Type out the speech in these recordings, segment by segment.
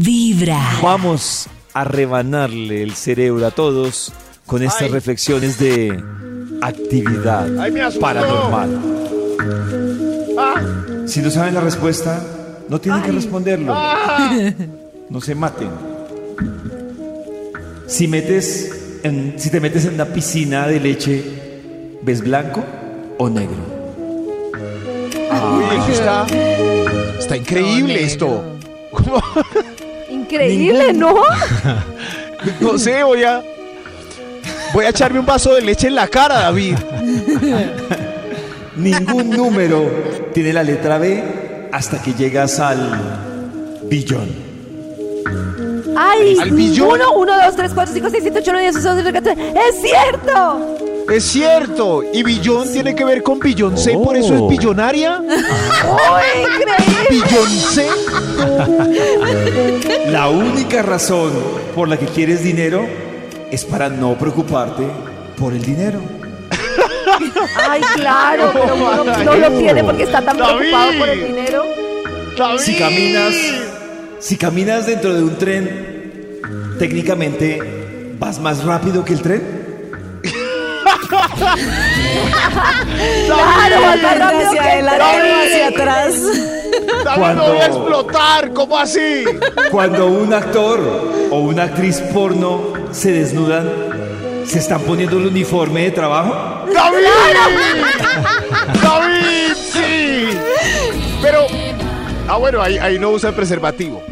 Vibra. Vamos a rebanarle el cerebro a todos con estas Ay. reflexiones de actividad Ay, me asustó. paranormal. Ah, Si no saben la respuesta, no tienen que responderlo. ah. No se maten. Si, metes en- si te metes en una piscina de leche, ¿ves blanco o negro? Uy, eso está, está increíble negro. esto. ¿Cómo? Increíble, ¿no? No sé, voy a. Voy a echarme un vaso de leche en la cara, David. Ningún número tiene la letra B hasta que llegas al billón. ¡Ay! ¿Al billón? Uno, uno, dos, tres, cuatro, cinco, seis, siete, ocho, nueve, diez, once, doce, trece, catorce. ¡Es cierto! Es cierto. Y billón tiene que ver con billoncé, por eso es Oh. billonaria. ¡Uy, ¡Oh, increíble! Billoncé. La única razón por la que quieres dinero es para no preocuparte por el dinero. ¡Ay, claro! Pero uno no lo tiene porque está tan David. preocupado por el dinero. David. Si caminas, si caminas dentro de un tren, técnicamente vas más rápido que el tren. ¡Claro! Más Adelante, rápido hacia que el adelante tren. o hacia atrás. David, Cuando- no voy a explotar. ¿Cómo así? Cuando un actor o una actriz porno se desnudan, se están poniendo el uniforme de trabajo. ¡David! ¡David! ¡Sí! Pero. Ah, bueno, ahí, ahí no usa el preservativo.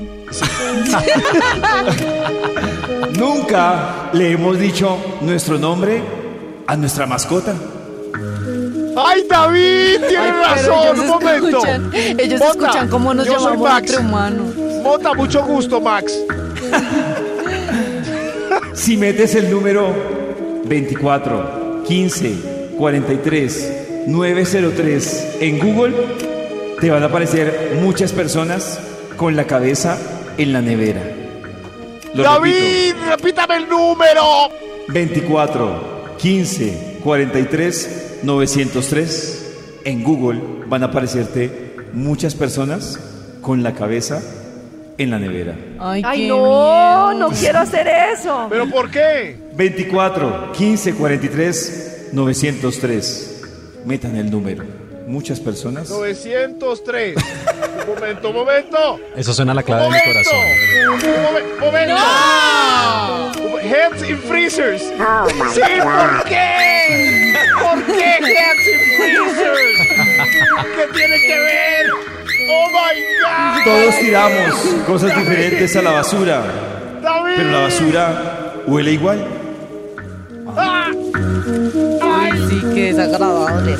Nunca le hemos dicho nuestro nombre a nuestra mascota. ¡Ay, David! ¡Tienes Ay, pero razón! Un ellos momento. escuchan- ellos Mota, escuchan cómo nos yo soy llamamos Max. entre humanos. Mota, mucho gusto, Max. Si metes el número 24, 15, 43, 903 en Google, te van a aparecer muchas personas con la cabeza en la nevera. Lo repito, ¡David! ¡Repítame el número! 24, 15, 43, 903 en Google van a aparecerte muchas personas con la cabeza en la nevera. Ay, ¡Ay, qué no! miedo. ¡No quiero hacer eso! ¿Pero por qué? 24 15 43 903. Metan el número. Muchas personas. 903. Un momento, un momento. Eso suena a la Un clave de mi momento. corazón. Un momen- momento. Un mo- Heads in freezers. Sí, ¿por qué? ¿Por qué heads in freezers? ¿Qué tiene que ver? Oh my God. Todos tiramos cosas diferentes a la basura, David. pero la basura huele igual. Ah, Ay, sí, qué desagradable.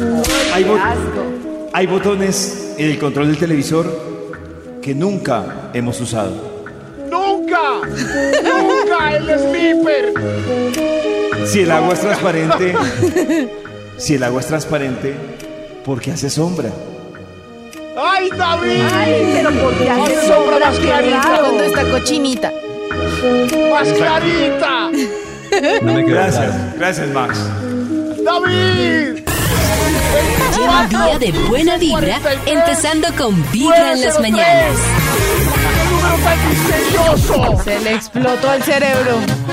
Hay, bo- Asco. hay botones en el control del televisor que nunca hemos usado. nunca. Nunca el sleeper. Si el agua es transparente, si el agua es transparente, ¿por qué hace sombra? Ay, David. ¡Ay, pero por qué Ay, haces sombra sombra? más ¡Qué clarita. raro! ¿Dónde está cochinita? Más clarita. No me quedó claro. Gracias, gracias Max. David. Lleva un día de buena vibra, empezando con Vibra en las mañanas. ¡Qué número tan misterioso! Se le explotó el cerebro.